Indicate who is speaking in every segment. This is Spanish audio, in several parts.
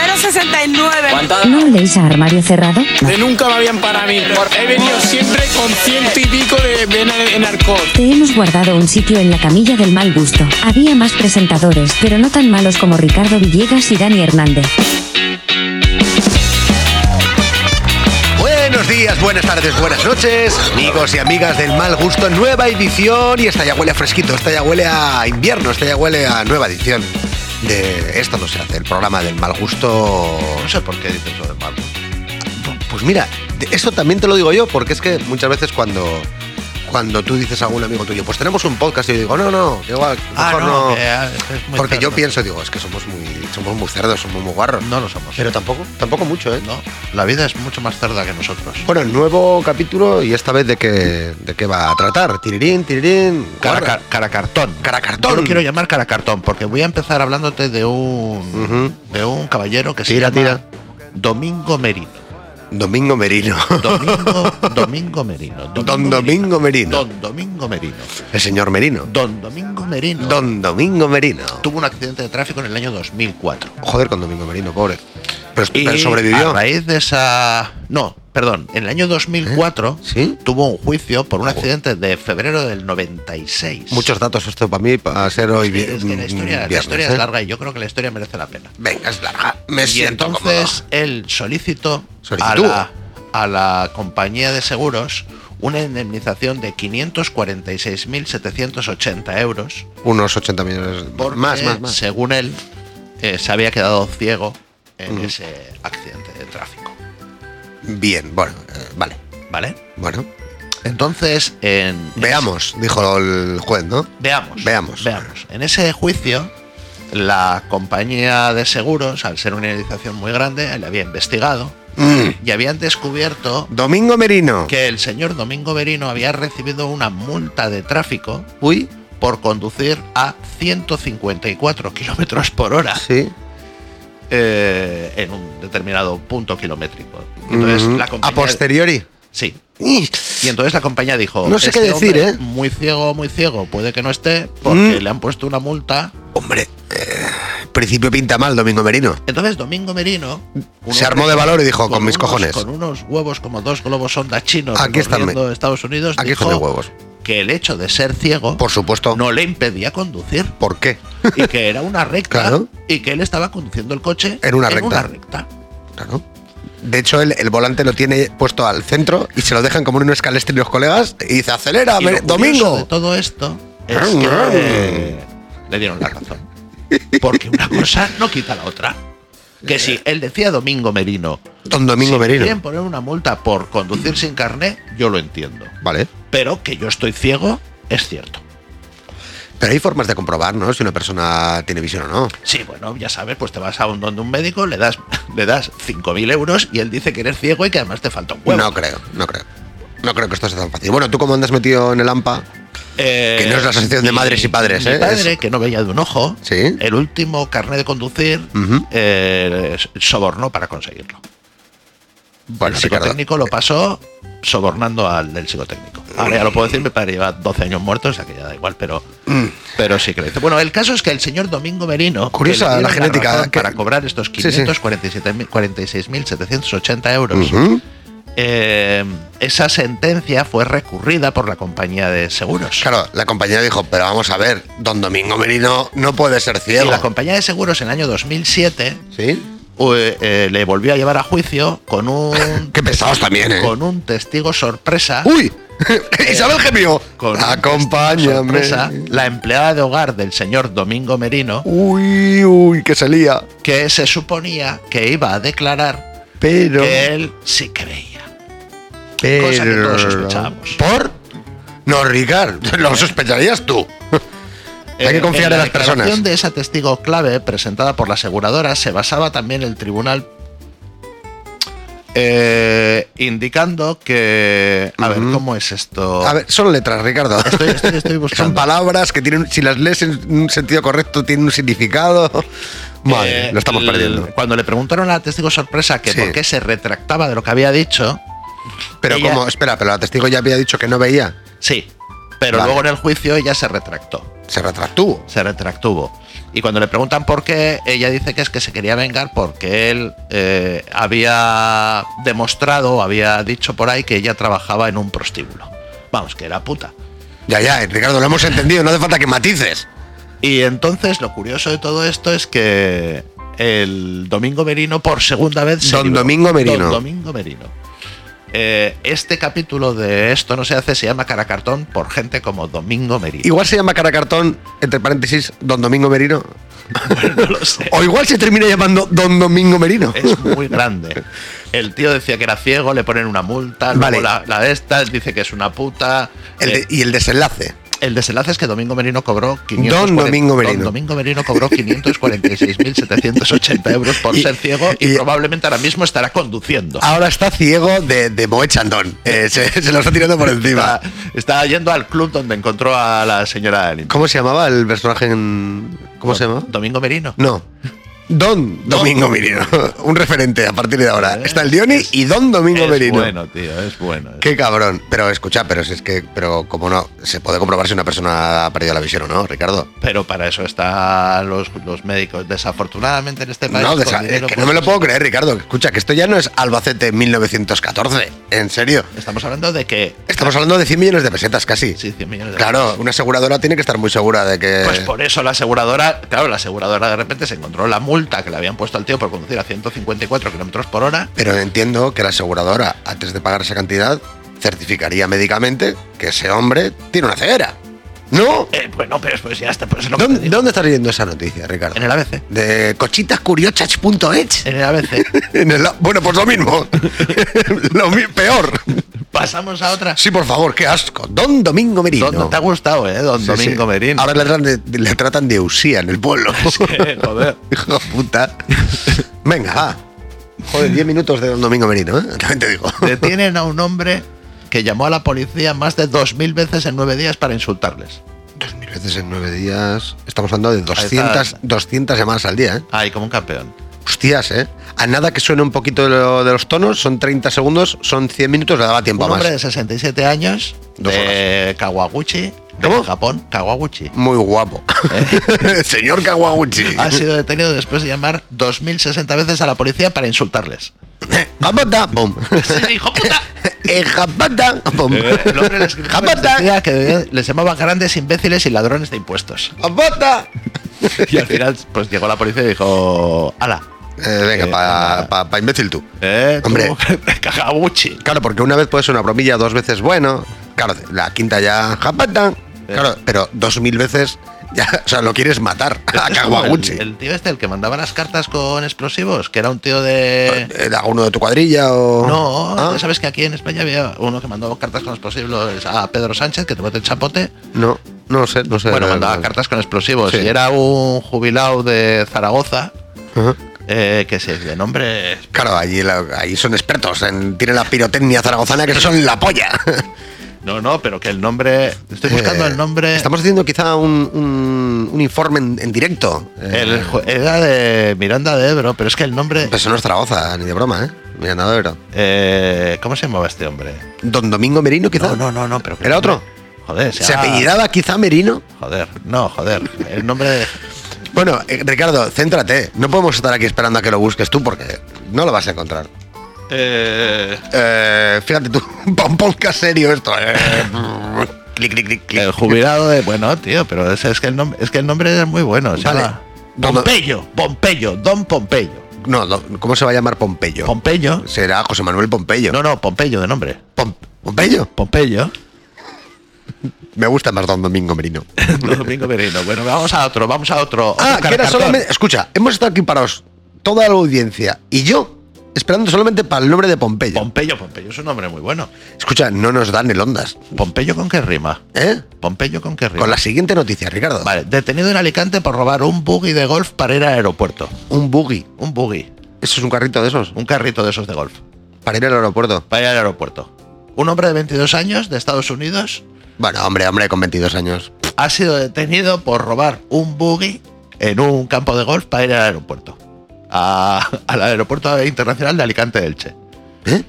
Speaker 1: 69.
Speaker 2: ¿No leéis a armario cerrado?
Speaker 3: De nunca me habían para mí. He venido siempre con ciento y pico de vena en arcos.
Speaker 2: Te hemos guardado un sitio en la camilla del mal gusto. Había más presentadores, pero no tan malos como Ricardo Villegas y Dani Hernández.
Speaker 4: Buenos días, buenas tardes, buenas noches, amigos y amigas del mal gusto, nueva edición y esta ya huele a fresquito, esta ya huele a invierno, esta ya huele a nueva edición de Esto no se hace, el programa del mal gusto, no sé por qué dices lo del mal gusto. P- Pues mira, de- eso también te lo digo yo, porque es que muchas veces cuando, cuando tú dices a algún amigo tuyo, pues tenemos un podcast y yo digo, no, no, que igual,
Speaker 5: Ah,
Speaker 4: mejor
Speaker 5: no,
Speaker 4: no.
Speaker 5: que, ah, es muy
Speaker 4: Porque yo
Speaker 5: cerdo.
Speaker 4: pienso, digo, es que somos muy, somos muy cerdos, somos muy guarros.
Speaker 5: No lo somos.
Speaker 4: Pero tampoco, tampoco mucho, ¿eh?
Speaker 5: No, la vida es mucho más cerda que nosotros.
Speaker 4: Bueno, nuevo capítulo y esta vez de qué, de qué va a tratar. Tirirín, tirirín.
Speaker 5: Cara,
Speaker 4: guarra.
Speaker 5: car- cara cartón.
Speaker 4: Caracartón.
Speaker 5: Yo lo quiero llamar cara cartón porque voy a empezar hablándote de un de un caballero que
Speaker 4: Tira,
Speaker 5: se llama Domingo Merino.
Speaker 4: Domingo Merino.
Speaker 5: Domingo, Domingo Merino.
Speaker 4: Don Domingo Merino.
Speaker 5: Don Domingo Merino.
Speaker 4: El señor Merino.
Speaker 5: Don Domingo Merino.
Speaker 4: Don Domingo Merino.
Speaker 5: tuvo un accidente de tráfico en el año 2004.
Speaker 4: Joder con Domingo Merino, pobre. Pero,
Speaker 5: Y
Speaker 4: pero sobrevivió.
Speaker 5: A raíz de esa. No, perdón. En el año 2004
Speaker 4: ¿Eh? ¿Sí?
Speaker 5: tuvo un juicio por un accidente de febrero del 96.
Speaker 4: Muchos datos esto para mí, para ser hoy
Speaker 5: Sí,
Speaker 4: vi-
Speaker 5: es que la historia, la
Speaker 4: viernes,
Speaker 5: historia
Speaker 4: ¿eh?
Speaker 5: es larga y yo creo que la historia merece la pena.
Speaker 4: Venga, es larga. Me
Speaker 5: y
Speaker 4: siento
Speaker 5: entonces él solicitó a
Speaker 4: Solicitó.
Speaker 5: la, a la compañía de seguros una indemnización de 546.780 euros
Speaker 4: cómodo. Unos 80 millones.
Speaker 5: porque,
Speaker 4: más, más, más.
Speaker 5: según él, eh, se había quedado ciego en ese accidente de tráfico.
Speaker 4: Bien, bueno, eh, vale.
Speaker 5: ¿Vale?
Speaker 4: Bueno,
Speaker 5: Entonces, en,
Speaker 4: veamos, dijo el juez, ¿no?
Speaker 5: Veamos.
Speaker 4: Veamos.
Speaker 5: Veamos. En ese juicio, la compañía de seguros, al ser una organización muy grande, le había investigado
Speaker 4: Mm.
Speaker 5: y habían descubierto
Speaker 4: Domingo Merino.
Speaker 5: que el señor Domingo Berino había recibido una multa de tráfico
Speaker 4: Uy.
Speaker 5: por conducir a 154 kilómetros por hora
Speaker 4: Sí.
Speaker 5: eh, en un determinado punto kilométrico. Entonces,
Speaker 4: Ujú.
Speaker 5: la
Speaker 4: A
Speaker 5: compañía,
Speaker 4: posteriori.
Speaker 5: Sí.
Speaker 4: Ih,
Speaker 5: Y entonces la compañía dijo:
Speaker 4: No sé
Speaker 5: "Este
Speaker 4: qué decir,
Speaker 5: hombre,
Speaker 4: ¿eh?
Speaker 5: Muy ciego, muy ciego, puede que no esté, porque
Speaker 4: Mm.
Speaker 5: le han puesto una multa
Speaker 4: Hombre, eh, principio pinta mal Domingo Merino.
Speaker 5: Entonces Domingo Merino un
Speaker 4: Se
Speaker 5: hombre
Speaker 4: armó de valor y dijo, con mis
Speaker 5: unos-
Speaker 4: cojones.
Speaker 5: Con unos huevos como dos globos onda chinos
Speaker 4: Aquí están
Speaker 5: recorriendo Estados Unidos,
Speaker 4: Aquí
Speaker 5: dijo
Speaker 4: están los huevos.
Speaker 5: que el hecho de ser ciego
Speaker 4: Por supuesto.
Speaker 5: no le impedía conducir
Speaker 4: ¿Por qué?
Speaker 5: y que era una recta
Speaker 4: Claro.
Speaker 5: y que él estaba conduciendo el coche
Speaker 4: En una recta.
Speaker 5: recta.
Speaker 4: Claro. De hecho, él, el volante lo tiene puesto al centro y se lo dejan como en un escalestre los colegas y dice, acelera,
Speaker 5: Y lo
Speaker 4: Mer-
Speaker 5: curioso de
Speaker 4: Domingo.
Speaker 5: todo esto es
Speaker 4: Arr,
Speaker 5: que
Speaker 4: arr.
Speaker 5: eh, le dieron la razón. Porque una cosa no quita la otra. Que si él decía Domingo Merino,
Speaker 4: Don Domingo
Speaker 5: si me
Speaker 4: Merino.
Speaker 5: quieren poner una multa por conducir sin carné, yo lo entiendo.
Speaker 4: Vale.
Speaker 5: pero que yo estoy ciego es cierto.
Speaker 4: Pero hay formas de comprobar, ¿no? Si una persona tiene visión o no.
Speaker 5: Sí, bueno, ya sabes, pues te vas a un donde un médico, le das, le das 5.000 euros y él dice que eres ciego y que además te falta un huevo.
Speaker 4: No creo, no creo. No creo que esto sea tan fácil. Bueno, tú como andas metido en el AMPA,
Speaker 5: Eh,
Speaker 4: que no es la asociación de
Speaker 5: mi-
Speaker 4: madres y padres,
Speaker 5: mi
Speaker 4: ¿eh?
Speaker 5: padre,
Speaker 4: Es-
Speaker 5: que no veía de un ojo,
Speaker 4: Sí.
Speaker 5: el último carnet de conducir
Speaker 4: Ujú.
Speaker 5: eh, sobornó para conseguirlo.
Speaker 4: Bueno,
Speaker 5: el
Speaker 4: Ricardo,
Speaker 5: psicotécnico lo pasó sobornando al del psicotécnico. Ahora ya lo puedo decir, mi padre lleva 12 años muerto, o sea que ya da igual, pero,
Speaker 4: Mm.
Speaker 5: pero sí que lo hizo. Bueno, el caso es que el señor Domingo Merino. que
Speaker 4: Curiosa
Speaker 5: le dieron
Speaker 4: la genética, ¿eh?
Speaker 5: razón
Speaker 4: que-
Speaker 5: Para cobrar estos
Speaker 4: Sí, sí.
Speaker 5: 546.780 euros.
Speaker 4: Ujú.
Speaker 5: eh, esa sentencia fue recurrida por la compañía de seguros.
Speaker 4: Claro, la compañera dijo, pero vamos a ver, don Domingo Merino no puede ser
Speaker 5: y
Speaker 4: ciego.
Speaker 5: la compañía de seguros en el año 2007
Speaker 4: ¿Sí?
Speaker 5: eh, eh, le volvió a llevar a juicio con un,
Speaker 4: Qué pesados también, ¿eh?
Speaker 5: con un testigo sorpresa.
Speaker 4: ¡Uy! Isabel gemió.
Speaker 5: con un
Speaker 4: Acompáñame.
Speaker 5: sorpresa, la empleada de hogar del señor Domingo Merino,
Speaker 4: Uy, uy, que salía.
Speaker 5: que se suponía que iba a declarar
Speaker 4: Pero.
Speaker 5: que él sí que veía.
Speaker 4: pero...
Speaker 5: cosa que todos sospechábamos.
Speaker 4: ¿Por? No, Ricard, lo sospecharías tú. Hay que
Speaker 5: Eh,
Speaker 4: confiar en
Speaker 5: la
Speaker 4: las personas.
Speaker 5: declaración de esa testigo clave presentada por la aseguradora se basaba también el tribunal eh, indicando que... A ver, ¿cómo es esto?
Speaker 4: A ver, son letras, Ricardo.
Speaker 5: Oh. Estoy, estoy- estoy
Speaker 4: Son
Speaker 5: buscando.
Speaker 4: palabras que tienen, si las lees en un sentido correcto, tienen un significado. Madre,
Speaker 5: Eh,
Speaker 4: lo estamos
Speaker 5: l-
Speaker 4: perdiendo.
Speaker 5: Cuando le preguntaron a la testigo sorpresa que
Speaker 4: Sí.
Speaker 5: por qué se retractaba de lo que había dicho,
Speaker 4: Pero
Speaker 5: ella-
Speaker 4: como, espera, pero la testigo ya había dicho que no veía.
Speaker 5: Sí, pero
Speaker 4: Vale.
Speaker 5: luego en el juicio ella se retractó.
Speaker 4: Se retractuvo.
Speaker 5: se retractuvo. Y cuando le preguntan por qué, ella dice que es que se quería vengar porque él eh, había demostrado, había dicho por ahí que ella trabajaba en un prostíbulo. Vamos, que era puta.
Speaker 4: Ya, ya, Ricardo, lo hemos entendido, no hace falta que matices.
Speaker 5: Y entonces lo curioso de todo esto es que el Domingo Merino por segunda vez...
Speaker 4: Don Domingo Merino.
Speaker 5: Don Domingo Merino. Eh, este capítulo de Esto no se hace se llama Caracartón por gente como Domingo Merino.
Speaker 4: Igual se llama cara cartón, entre paréntesis, Don Domingo Merino.
Speaker 5: no lo sé.
Speaker 4: O igual se termina llamando Don Domingo Merino.
Speaker 5: Es muy grande. El tío decía que era ciego, le ponen una multa,
Speaker 4: Vale.
Speaker 5: luego la, la de esta, dice que es una puta. Eh,
Speaker 4: El
Speaker 5: El,
Speaker 4: de- y el desenlace.
Speaker 5: desenlace es que Domingo Merino cobró 500
Speaker 4: Don Domingo Merino.
Speaker 5: Domingo Merino cobró 546.780 euros por
Speaker 4: Y-
Speaker 5: ser ciego y,
Speaker 4: y- Ah,
Speaker 5: probablemente ahora mismo estará conduciendo.
Speaker 4: Ahora está ciego de, de Moe Chandón. Eh, se, se lo está tirando por encima.
Speaker 5: Está, está yendo al club donde encontró a la señora Elin.
Speaker 4: ¿Cómo se llamaba el personaje en... ¿Cómo se llamaba?
Speaker 5: Domingo Merino.
Speaker 4: No. Don Domingo Merino. Un referente a partir de ahora.
Speaker 5: Eh,
Speaker 4: Está el Dioni y Don Domingo
Speaker 5: es
Speaker 4: Merino.
Speaker 5: bueno, tío, es bueno.
Speaker 4: Qué cabrón. Pero escucha, pero si es que, pero como no, se puede comprobar si una persona ha perdido la visión o no, Ricardo.
Speaker 5: Pero para eso están los, los médicos. Desafortunadamente en este país.
Speaker 4: No,
Speaker 5: con
Speaker 4: de esa-
Speaker 5: dinero,
Speaker 4: es que no
Speaker 5: pues,
Speaker 4: me lo puedo creer, Ricardo. Escucha, que esto ya no es Albacete 1914. En serio.
Speaker 5: Estamos hablando de que
Speaker 4: Estamos hablando de 100 millones de pesetas casi.
Speaker 5: Sí, 100 millones de
Speaker 4: Claro,
Speaker 5: dólares.
Speaker 4: una aseguradora tiene que estar muy segura de que.
Speaker 5: Pues por eso la aseguradora, claro, la aseguradora de repente se encontró la multa que le habían puesto al tío por conducir a 154 kilómetros por hora.
Speaker 4: Pero entiendo que la aseguradora, antes de pagar esa cantidad, certificaría médicamente que ese hombre tiene una ceguera. ¿No?
Speaker 5: Eh, bueno, pero pues ya está, pues es lo que te
Speaker 4: ¿Dónde,
Speaker 5: digo.
Speaker 4: dónde estás leyendo esa noticia, Ricardo?
Speaker 5: En el ABC.
Speaker 4: De e cochitascuriochas.es.
Speaker 5: En el ABC.
Speaker 4: En el- Bueno, pues lo mismo. lo mi- peor.
Speaker 5: Pasamos a otra.
Speaker 4: Sí, por favor, qué asco. Don Domingo Merino.
Speaker 5: ¿Dónde te ha gustado, eh? Don
Speaker 4: Sí,
Speaker 5: Domingo
Speaker 4: sí.
Speaker 5: Merino.
Speaker 4: Ahora le tratan de, le tratan de usía en el pueblo.
Speaker 5: Eh, joder.
Speaker 4: Hijo de puta. Venga, va. Joder, 10 minutos de Don Domingo Merino, ¿eh? También te digo.
Speaker 5: Detienen a un hombre que llamó a la policía más de 2.000 veces en nueve días para insultarles.
Speaker 4: 2.000 veces en 9 días. Estamos hablando de
Speaker 5: está.
Speaker 4: 200, 200 llamadas al día, ¿eh?
Speaker 5: Ay, como un campeón.
Speaker 4: Hostias, ¿eh? A nada que suene un poquito de, lo- de los tonos, son 30 segundos, son 100 minutos, le daba tiempo
Speaker 5: Un
Speaker 4: a más.
Speaker 5: hombre de 67 años,
Speaker 4: Dos
Speaker 5: de Kawaguchi, de
Speaker 4: ¿Cómo?
Speaker 5: Japón, Kawaguchi.
Speaker 4: Muy guapo.
Speaker 5: Eh.
Speaker 4: Señor Kawaguchi.
Speaker 5: ha sido detenido después de llamar 2060 veces a la policía para insultarles.
Speaker 4: Japata, pum.
Speaker 5: hijo puta.
Speaker 4: Eh, Japata, pum.
Speaker 5: Eh, El hombre les gritaba y les
Speaker 4: Japata,
Speaker 5: decía que les llamaba grandes imbéciles y ladrones de impuestos.
Speaker 4: japata.
Speaker 5: Y al final, pues llegó la policía y dijo, ala,
Speaker 4: Eh, venga,
Speaker 5: Eh,
Speaker 4: para
Speaker 5: nada.
Speaker 4: pa, pa imbécil tú.
Speaker 5: eh,
Speaker 4: Hombre.
Speaker 5: hombre, cagabuchi.
Speaker 4: Claro, porque una vez puede ser una bromilla, dos veces bueno. Claro, la quinta ya japata.
Speaker 5: Eh.
Speaker 4: Claro, pero dos mil veces ya, o sea, lo quieres matar
Speaker 5: Ah,
Speaker 4: a Kawaguchi.
Speaker 5: Eh, El, el tío este, el que mandaba las cartas con explosivos, que era un tío de...
Speaker 4: Eh, ¿a ¿Uno de tu cuadrilla
Speaker 5: Oh.
Speaker 4: o.?
Speaker 5: No,
Speaker 4: ¿Ah?
Speaker 5: ya sabes que aquí en España había uno que mandó cartas con explosivos a Pedro Sánchez, que te mete el chapote.
Speaker 4: No, no lo sé, no sé.
Speaker 5: Bueno,
Speaker 4: No,
Speaker 5: mandaba
Speaker 4: no.
Speaker 5: cartas con explosivos.
Speaker 4: Sí.
Speaker 5: Y era un jubilado de Zaragoza,
Speaker 4: Ajá.
Speaker 5: eh, que se de nombre
Speaker 4: Claro, allí, la- ahí son expertos, en, tienen la pirotecnia zaragozana que son la polla.
Speaker 5: No, no, pero que el nombre. Estoy buscando
Speaker 4: Eh,
Speaker 5: el nombre.
Speaker 4: Estamos haciendo quizá un, un- un informe en, en directo. Eh,
Speaker 5: el ju- era de Miranda de Ebro, pero es que el nombre.
Speaker 4: Pues eso no es Zaragoza, ni de broma, ¿eh? Mira, nada de verdad.
Speaker 5: eh, ¿Cómo se llamaba este hombre?
Speaker 4: Don Domingo Merino, quizá.
Speaker 5: No, no, no, no, pero. que-
Speaker 4: ¿Era otro?
Speaker 5: Joder,
Speaker 4: ¿Se
Speaker 5: llama-
Speaker 4: apellidaba quizá Merino?
Speaker 5: Joder, no, joder. El nombre de.
Speaker 4: Bueno, eh, Ricardo, céntrate. No podemos estar aquí esperando a que lo busques tú porque no lo vas a encontrar.
Speaker 5: Eh,
Speaker 4: Eh, fíjate tú, un podcast serio esto. eh. clic, clic, clic, clic.
Speaker 5: el jubilado de. Bueno, tío, pero es, es que el nombre, es que el nombre es muy bueno. Se
Speaker 4: Vale.
Speaker 5: llama
Speaker 4: Don-
Speaker 5: Pompeyo, Pompeyo, Don Pompeyo.
Speaker 4: No, no, ¿cómo se va a llamar Pompeyo?
Speaker 5: Pompeyo.
Speaker 4: Será José Manuel Pompeyo.
Speaker 5: No, no, Pompeyo de nombre.
Speaker 4: Pom- ¿Pompeyo?
Speaker 5: Pompeyo.
Speaker 4: Me gusta más Don Domingo Merino.
Speaker 5: Don Domingo Merino. Bueno, vamos a otro, vamos a otro.
Speaker 4: Ah, que
Speaker 5: Otro
Speaker 4: era
Speaker 5: caracartón.
Speaker 4: solamente. Escucha, hemos estado aquí parados, toda la audiencia y yo, esperando solamente para el nombre de Pompeyo.
Speaker 5: Pompeyo, Pompeyo es un nombre muy bueno.
Speaker 4: Escucha, no nos dan el ondas.
Speaker 5: ¿Pompeyo con qué rima?
Speaker 4: ¿Eh?
Speaker 5: ¿Pompeyo con qué rima?
Speaker 4: Con la siguiente noticia, Ricardo.
Speaker 5: Vale, detenido en Alicante por robar un buggy de golf para ir al aeropuerto.
Speaker 4: Un buggy.
Speaker 5: Un buggy,
Speaker 4: Eso es un carrito de esos.
Speaker 5: un carrito de esos de golf,
Speaker 4: Para ir al aeropuerto.
Speaker 5: para ir al aeropuerto. Un hombre de 22 años de Estados Unidos
Speaker 4: Bueno, hombre, hombre, con 22 años.
Speaker 5: ha sido detenido por robar un buggy en un campo de golf para ir al aeropuerto. A- al aeropuerto internacional de Alicante Elche,
Speaker 4: ¿Eh?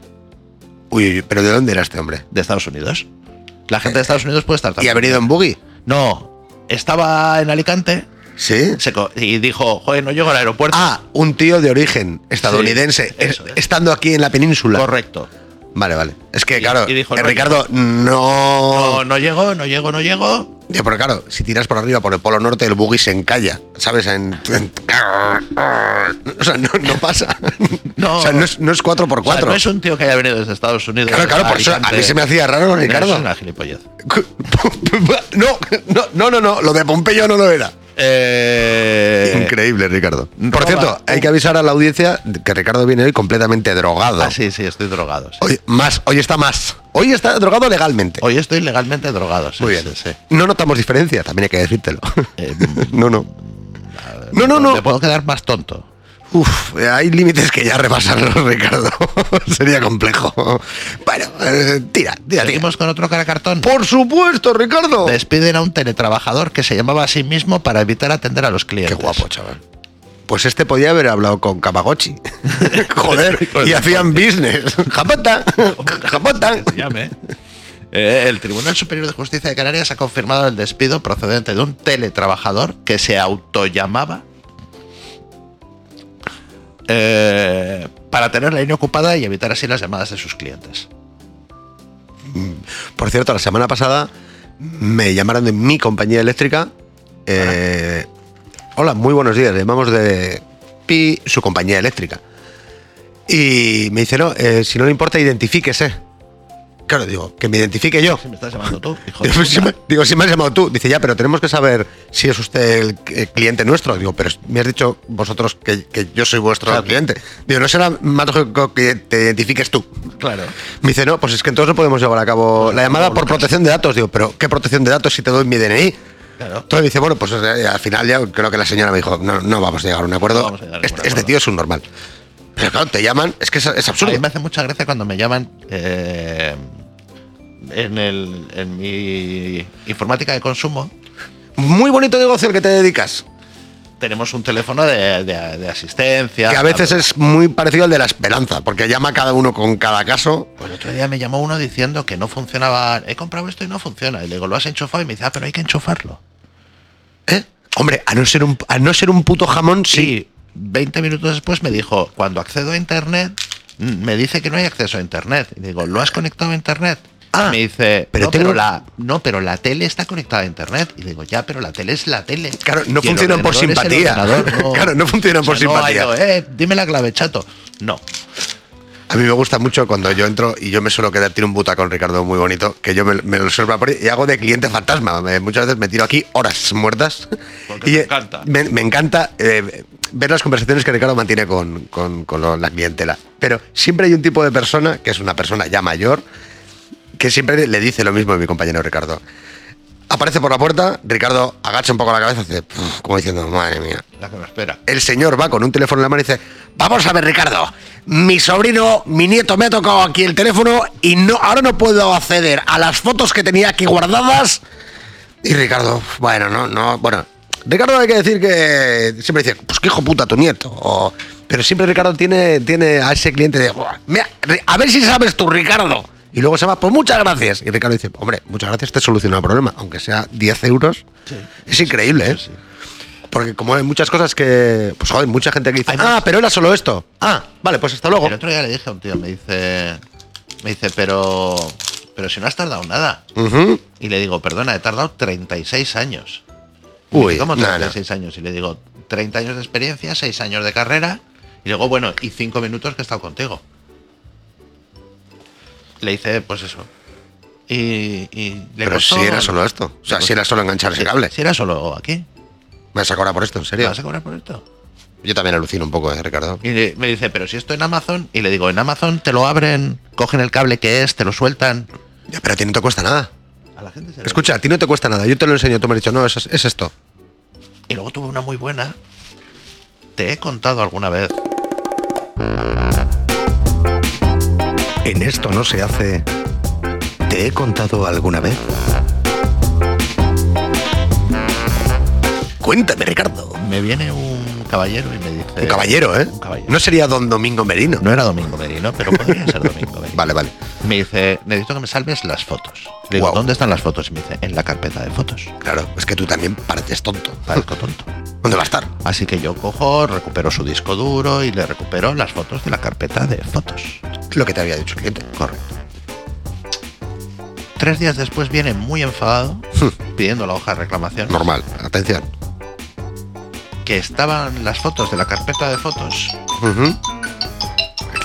Speaker 4: Uy, uy, pero ¿de dónde era este hombre?
Speaker 5: de Estados Unidos. La gente de Estados Unidos puede estar
Speaker 4: Eh, ¿Y ha
Speaker 5: también.
Speaker 4: venido en buggy?
Speaker 5: No, estaba en Alicante
Speaker 4: ¿Sí?
Speaker 5: se co- y dijo, joder, no llego al aeropuerto.
Speaker 4: Ah, un tío de origen estadounidense,
Speaker 5: Sí, eso
Speaker 4: es-
Speaker 5: es.
Speaker 4: estando aquí en la península.
Speaker 5: correcto.
Speaker 4: Vale, vale. Es que,
Speaker 5: Y-
Speaker 4: claro,
Speaker 5: y dijo,
Speaker 4: eh,
Speaker 5: no,
Speaker 4: Ricardo,
Speaker 5: No,
Speaker 4: no...
Speaker 5: no llego, no llego, no llego.
Speaker 4: Tío, Pero claro, si tiras por arriba, por el polo norte, el buggy se encalla, ¿sabes? En- en- O sea, no, no pasa.
Speaker 5: No.
Speaker 4: O sea, no es, no es 4x4.
Speaker 5: O sea, no es un tío que haya venido desde Estados Unidos.
Speaker 4: Claro, claro, por eso a
Speaker 5: Alicante.
Speaker 4: mí se me hacía raro,
Speaker 5: No,
Speaker 4: Ricardo.
Speaker 5: es una gilipollez.
Speaker 4: No, no, no, no, no, lo de Pompeyo no lo era.
Speaker 5: Eh,
Speaker 4: Increíble, Ricardo. Por
Speaker 5: Roma,
Speaker 4: cierto, hay que avisar a la audiencia que Ricardo viene hoy completamente drogado.
Speaker 5: Ah, sí, sí, estoy drogado. sí.
Speaker 4: Hoy, más, hoy está más. Hoy está drogado legalmente.
Speaker 5: Hoy estoy legalmente drogado. sí,
Speaker 4: Muy bien.
Speaker 5: sí, sí.
Speaker 4: No notamos diferencia, también hay que decírtelo.
Speaker 5: Eh,
Speaker 4: no, no. No, no,
Speaker 5: Me
Speaker 4: no.
Speaker 5: puedo quedar más tonto.
Speaker 4: Uf, hay límites que ya repasarlos, Ricardo. Sería complejo. Bueno, eh, tira, tira, tira.
Speaker 5: Seguimos con otro caracartón.
Speaker 4: Por supuesto, Ricardo.
Speaker 5: Despiden a un teletrabajador que se llamaba a sí mismo para evitar atender a los
Speaker 4: Qué
Speaker 5: clientes.
Speaker 4: guapo, chaval. Pues este podía haber hablado con Kamagochi. Joder,
Speaker 5: Con
Speaker 4: y
Speaker 5: el
Speaker 4: hacían business. Japota, japota.
Speaker 5: Que se llame. Eh, el Tribunal Superior de Justicia de Canarias ha confirmado el despido procedente de un teletrabajador que se autollamaba eh, para tener la línea ocupada y evitar así las llamadas de sus clientes.
Speaker 4: Por cierto, la semana pasada me llamaron de mi compañía eléctrica. eh, hola, muy buenos días. Le llamamos de Pi, su compañía eléctrica. Y me dice, no, eh, si no le importa, identifíquese. Claro, digo, que me identifique yo.
Speaker 5: Si me estás llamando tú, hijo de
Speaker 4: Digo, si
Speaker 5: puta.
Speaker 4: me, digo, si me has llamado tú. Dice, ya, pero tenemos que saber si es usted el, eh, cliente nuestro. Digo, pero me has dicho vosotros que, que yo soy vuestro
Speaker 5: Claro.
Speaker 4: cliente. Digo, no será más lógico que te identifiques tú.
Speaker 5: Claro.
Speaker 4: Me dice, no, pues es que entonces no podemos llevar a cabo la llamada por protección de datos. Digo, pero ¿qué protección de datos si te doy mi DNI?
Speaker 5: Claro.
Speaker 4: Entonces me dice, bueno, pues eh, al final ya creo que la señora me dijo, no, no vamos a llegar a un acuerdo.
Speaker 5: No vamos a llegar a
Speaker 4: este,
Speaker 5: ningún
Speaker 4: este
Speaker 5: acuerdo.
Speaker 4: tío es un normal. Pero claro, te llaman, es que es, es
Speaker 5: A
Speaker 4: absurdo.
Speaker 5: mí me hace mucha gracia cuando me llaman eh, en, el, en mi informática de consumo.
Speaker 4: Muy bonito negocio al que te dedicas.
Speaker 5: Tenemos un teléfono de, de- de asistencia.
Speaker 4: Que a veces
Speaker 5: ver.
Speaker 4: es muy parecido al de la esperanza, porque llama cada uno con cada caso.
Speaker 5: Pues el otro día me llamó uno diciendo que no funcionaba. He comprado esto y no funciona. Y le digo, lo has enchufado y me dice, ah, pero hay que enchufarlo.
Speaker 4: ¿Eh? Hombre, a no ser un, a no ser un puto jamón, sí.
Speaker 5: Sí. 20 minutos después me dijo, cuando accedo a internet, mm, me dice que no hay acceso a internet. Y digo, ¿lo has conectado a internet?
Speaker 4: Ah,
Speaker 5: me dice,
Speaker 4: pero
Speaker 5: no,
Speaker 4: tengo-
Speaker 5: pero la, no, pero la tele está conectada a internet. Y digo, ya, pero la tele es la tele.
Speaker 4: Claro, no
Speaker 5: Y el
Speaker 4: funcionan por
Speaker 5: ordenador es el
Speaker 4: simpatía.
Speaker 5: ordenador,
Speaker 4: Claro, no funcionan por
Speaker 5: no hay,
Speaker 4: simpatía.
Speaker 5: no, eh, dime la clave, chato. No.
Speaker 4: A mí me gusta mucho cuando yo entro y yo me suelo quedar, tiene un butacón Ricardo muy bonito, que yo me, me lo suelo poner y hago de cliente fantasma. Me- muchas veces me tiro aquí horas muertas.
Speaker 5: Porque
Speaker 4: y
Speaker 5: te
Speaker 4: eh,
Speaker 5: encanta.
Speaker 4: Me, me encanta eh, ver las conversaciones que Ricardo mantiene con, con- con lo- la clientela. Pero siempre hay un tipo de persona, que es una persona ya mayor, que siempre le dice lo mismo a mi compañero Ricardo. Aparece por la puerta, Ricardo agacha un poco la cabeza, hace, "Puf", como diciendo, madre mía,
Speaker 5: La que me espera.
Speaker 4: el señor va con un teléfono en la mano y dice, vamos a ver Ricardo, mi sobrino, mi nieto me ha tocado aquí el teléfono y no, ahora no puedo acceder a las fotos que tenía aquí guardadas. Y Ricardo, bueno, no, no, bueno. Ricardo hay que decir que siempre dice, pues qué hijo puta tu nieto. o- pero siempre Ricardo tiene, tiene a ese cliente de, "Buah, mira, Ri- a ver si sabes tú, Ricardo. Y luego se va, pues muchas gracias. Y Ricardo dice, hombre, muchas gracias, te he solucionado el problema, aunque sea 10 euros. Es increíble, ¿eh? Porque como hay muchas cosas que. Pues joder, mucha gente que dice.
Speaker 5: Hay
Speaker 4: Ah,
Speaker 5: más.
Speaker 4: pero era solo esto. Ah, vale, pues hasta luego.
Speaker 5: El otro día le dije a un tío, me dice, me dice, pero, pero si no has tardado nada.
Speaker 4: Ujú.
Speaker 5: Y le digo, perdona, he tardado 36 años. Y me
Speaker 4: Uy,
Speaker 5: dice, ¿Cómo
Speaker 4: nada,
Speaker 5: 36 años? Y le digo, 30 años de experiencia, 6 años de carrera. Y luego, bueno, y 5 minutos que he estado contigo. Le hice, pues eso. Y, y le
Speaker 4: Pero
Speaker 5: costó-
Speaker 4: si era solo esto. O sea, si era solo enganchar ese
Speaker 5: Sí,
Speaker 4: cable.
Speaker 5: Si era solo aquí.
Speaker 4: Me vas a cobrar por esto, en
Speaker 5: ¿Me
Speaker 4: serio.
Speaker 5: vas a cobrar por esto?
Speaker 4: Yo también alucino un poco, eh, Ricardo.
Speaker 5: Y le- me dice, pero si esto en Amazon. Y le digo, en Amazon te lo abren, cogen el cable que es, te lo sueltan.
Speaker 4: Ya, pero a ti no te cuesta nada.
Speaker 5: A la gente se le-
Speaker 4: Escucha, a ti no te cuesta nada. Yo te lo enseño. Tú me has dicho, no, eso es, es esto.
Speaker 5: Y luego tuve una muy buena. Te he contado alguna vez.
Speaker 4: En esto no se hace. ¿Te he contado alguna vez? Cuéntame, Ricardo.
Speaker 5: Me viene un caballero y me dice.
Speaker 4: Un caballero, ¿eh?
Speaker 5: Un caballero.
Speaker 4: No sería don Domingo Merino.
Speaker 5: No era Domingo Merino, pero podría ser Domingo Merino.
Speaker 4: Vale, vale.
Speaker 5: Me dice, necesito que me salves las fotos. Le digo,
Speaker 4: Guau.
Speaker 5: ¿dónde están las fotos? Y me dice, en la carpeta de fotos.
Speaker 4: Claro, es que tú también pareces tonto.
Speaker 5: Parezco tonto.
Speaker 4: ¿Dónde va a estar?
Speaker 5: Así que yo cojo, recupero su disco duro y le recupero las fotos de la carpeta de fotos.
Speaker 4: Lo que te había dicho el cliente.
Speaker 5: Correcto. Tres días después viene muy enfadado,
Speaker 4: Hmm.
Speaker 5: pidiendo la hoja de reclamación,
Speaker 4: Normal, atención.
Speaker 5: que estaban las fotos de la carpeta de fotos.
Speaker 4: Ujú.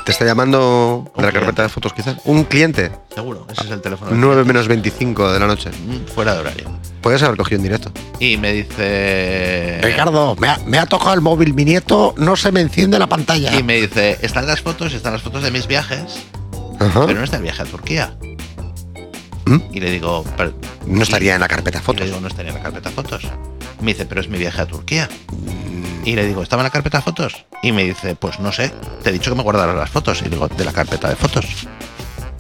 Speaker 4: Te está llamando de la carpeta de fotos, quizás. Un cliente,
Speaker 5: Seguro, ese es el teléfono. del
Speaker 4: 9 menos 25 de la noche.
Speaker 5: cliente. Mm, Fuera de horario.
Speaker 4: Podrías haber cogido en directo.
Speaker 5: Y me dice...
Speaker 4: Ricardo, me ha, me ha tocado el móvil, mi nieto no se me enciende la pantalla.
Speaker 5: Y me dice, están las fotos, están las fotos de mis viajes,
Speaker 4: Ajá.
Speaker 5: pero no está el viaje a Turquía.
Speaker 4: ¿Ah? ¿Mm?
Speaker 5: Y le digo, "Per-
Speaker 4: No estaría en la carpeta de
Speaker 5: Y le
Speaker 4: fotos.
Speaker 5: digo, no estaría en la carpeta fotos. Me dice, pero es mi viaje a Turquía. Y le digo, ¿estaba en la carpeta fotos? Y me dice, pues no sé, te he dicho que me guardaras las fotos. Y le digo, de la carpeta de fotos.